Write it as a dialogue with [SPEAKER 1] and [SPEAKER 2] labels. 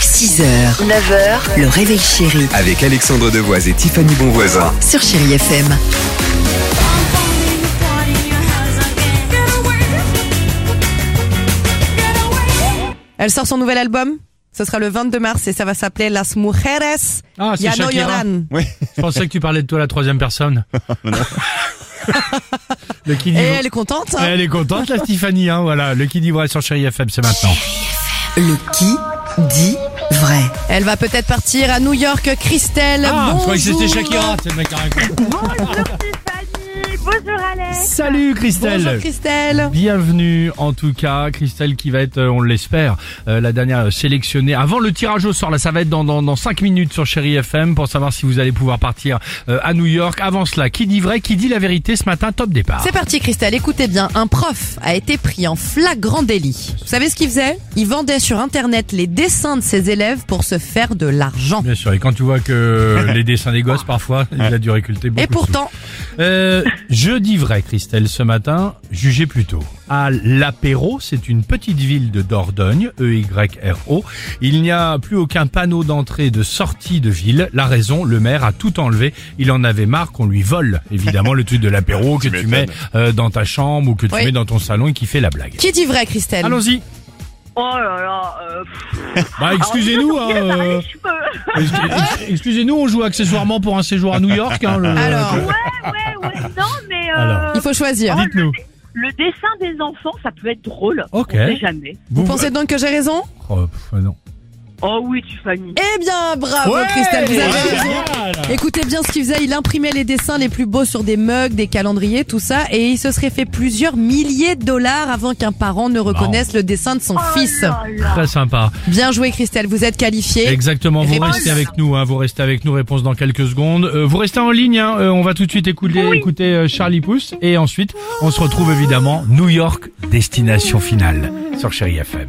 [SPEAKER 1] 6h, 9h, le réveil chéri
[SPEAKER 2] Avec Alexandre Devoise et Tiffany Bonvoisin.
[SPEAKER 1] sur Chéri FM.
[SPEAKER 3] Elle sort son nouvel album. Ce sera le 22 mars et ça va s'appeler Las Mujeres
[SPEAKER 4] Ah, c'est
[SPEAKER 3] Ya no
[SPEAKER 4] Shakira.
[SPEAKER 3] Lloran.
[SPEAKER 4] Je pensais que tu parlais de toi la troisième personne. le qui dit
[SPEAKER 3] Et
[SPEAKER 4] vrai-
[SPEAKER 3] elle est contente. hein.
[SPEAKER 4] Elle est contente la Tiffany, hein, voilà. Le qui dit vrai sur Chéri FM, c'est maintenant.
[SPEAKER 1] Le qui dit vrai.
[SPEAKER 3] Elle va peut-être partir à New York. Christelle,
[SPEAKER 4] Ah, je
[SPEAKER 3] bonjour.
[SPEAKER 4] croyais que c'était Shakira, c'est le mec qui raconte.
[SPEAKER 5] Tiffany, bonjour Alex.
[SPEAKER 4] Salut Christelle.
[SPEAKER 3] Bonjour Christelle.
[SPEAKER 4] Bienvenue en tout cas, Christelle qui va être, euh, on l'espère, euh, la dernière sélectionnée. Avant le tirage au sort, là ça va être dans, dans, dans 5 minutes sur Chéri FM pour savoir si vous allez pouvoir partir euh, à New York. Avant cela, qui dit vrai, qui dit la vérité ce matin, top départ.
[SPEAKER 3] C'est parti Christelle, écoutez bien, un prof a été pris en flagrant délit. Vous savez ce qu'il faisait Il vendait sur internet les dessins de ses élèves pour se faire de l'argent.
[SPEAKER 4] Bien sûr, et quand tu vois que les dessins des gosses parfois, il a dû récolter beaucoup
[SPEAKER 3] Et pourtant,
[SPEAKER 4] de sous. Euh, je dis vrai Christelle ce matin, jugez plutôt. À l'apéro, c'est une petite ville de Dordogne, E E-Y-R-O. Il n'y a plus aucun panneau d'entrée et de sortie de ville. La raison, le maire a tout enlevé. Il en avait marre qu'on lui vole, évidemment, le truc de l'apéro que tu mets euh, dans ta chambre ou que tu
[SPEAKER 3] Oui.
[SPEAKER 4] mets dans ton salon et qui fait la blague.
[SPEAKER 3] qui dit vrai Christelle
[SPEAKER 4] Allons-y.
[SPEAKER 5] Oh là là. euh, pff,
[SPEAKER 4] Bah, excusez-nous.
[SPEAKER 5] alors, je sais pas
[SPEAKER 4] hein,
[SPEAKER 5] si
[SPEAKER 4] euh,
[SPEAKER 5] je peux.
[SPEAKER 4] Ex- ex- Excusez-nous, on joue accessoirement pour un séjour à New York. hein, le-
[SPEAKER 3] Alors,
[SPEAKER 5] Ouais, ouais, non, mais. euh,
[SPEAKER 4] Alors.
[SPEAKER 3] il faut choisir.
[SPEAKER 5] oh,
[SPEAKER 4] Dites-nous.
[SPEAKER 5] Le dessin des enfants, ça peut être drôle.
[SPEAKER 4] Ok.
[SPEAKER 5] On sait jamais.
[SPEAKER 3] Vous pensez donc que j'ai raison
[SPEAKER 4] Oh, pff, non.
[SPEAKER 5] Oh oui, Tiffany.
[SPEAKER 3] Eh bien, bravo Christelle, vous avez raison. Écoutez bien ce qu'il faisait, il imprimait les dessins les plus beaux sur des mugs, des calendriers, tout ça, et il se serait fait plusieurs milliers de dollars avant qu'un parent ne reconnaisse le dessin de son fils.
[SPEAKER 5] Oh là là.
[SPEAKER 4] Très sympa.
[SPEAKER 3] Bien joué Christelle, vous êtes qualifiée.
[SPEAKER 4] Exactement. Vous
[SPEAKER 3] Réponse.
[SPEAKER 4] restez avec nous. Hein, vous restez avec nous. Réponse dans quelques secondes. Euh, vous restez en ligne. hein, euh, on va tout de suite écouter, écouter euh, Charlie Pousse et ensuite on se retrouve évidemment New York, destination finale sur Chéri FM.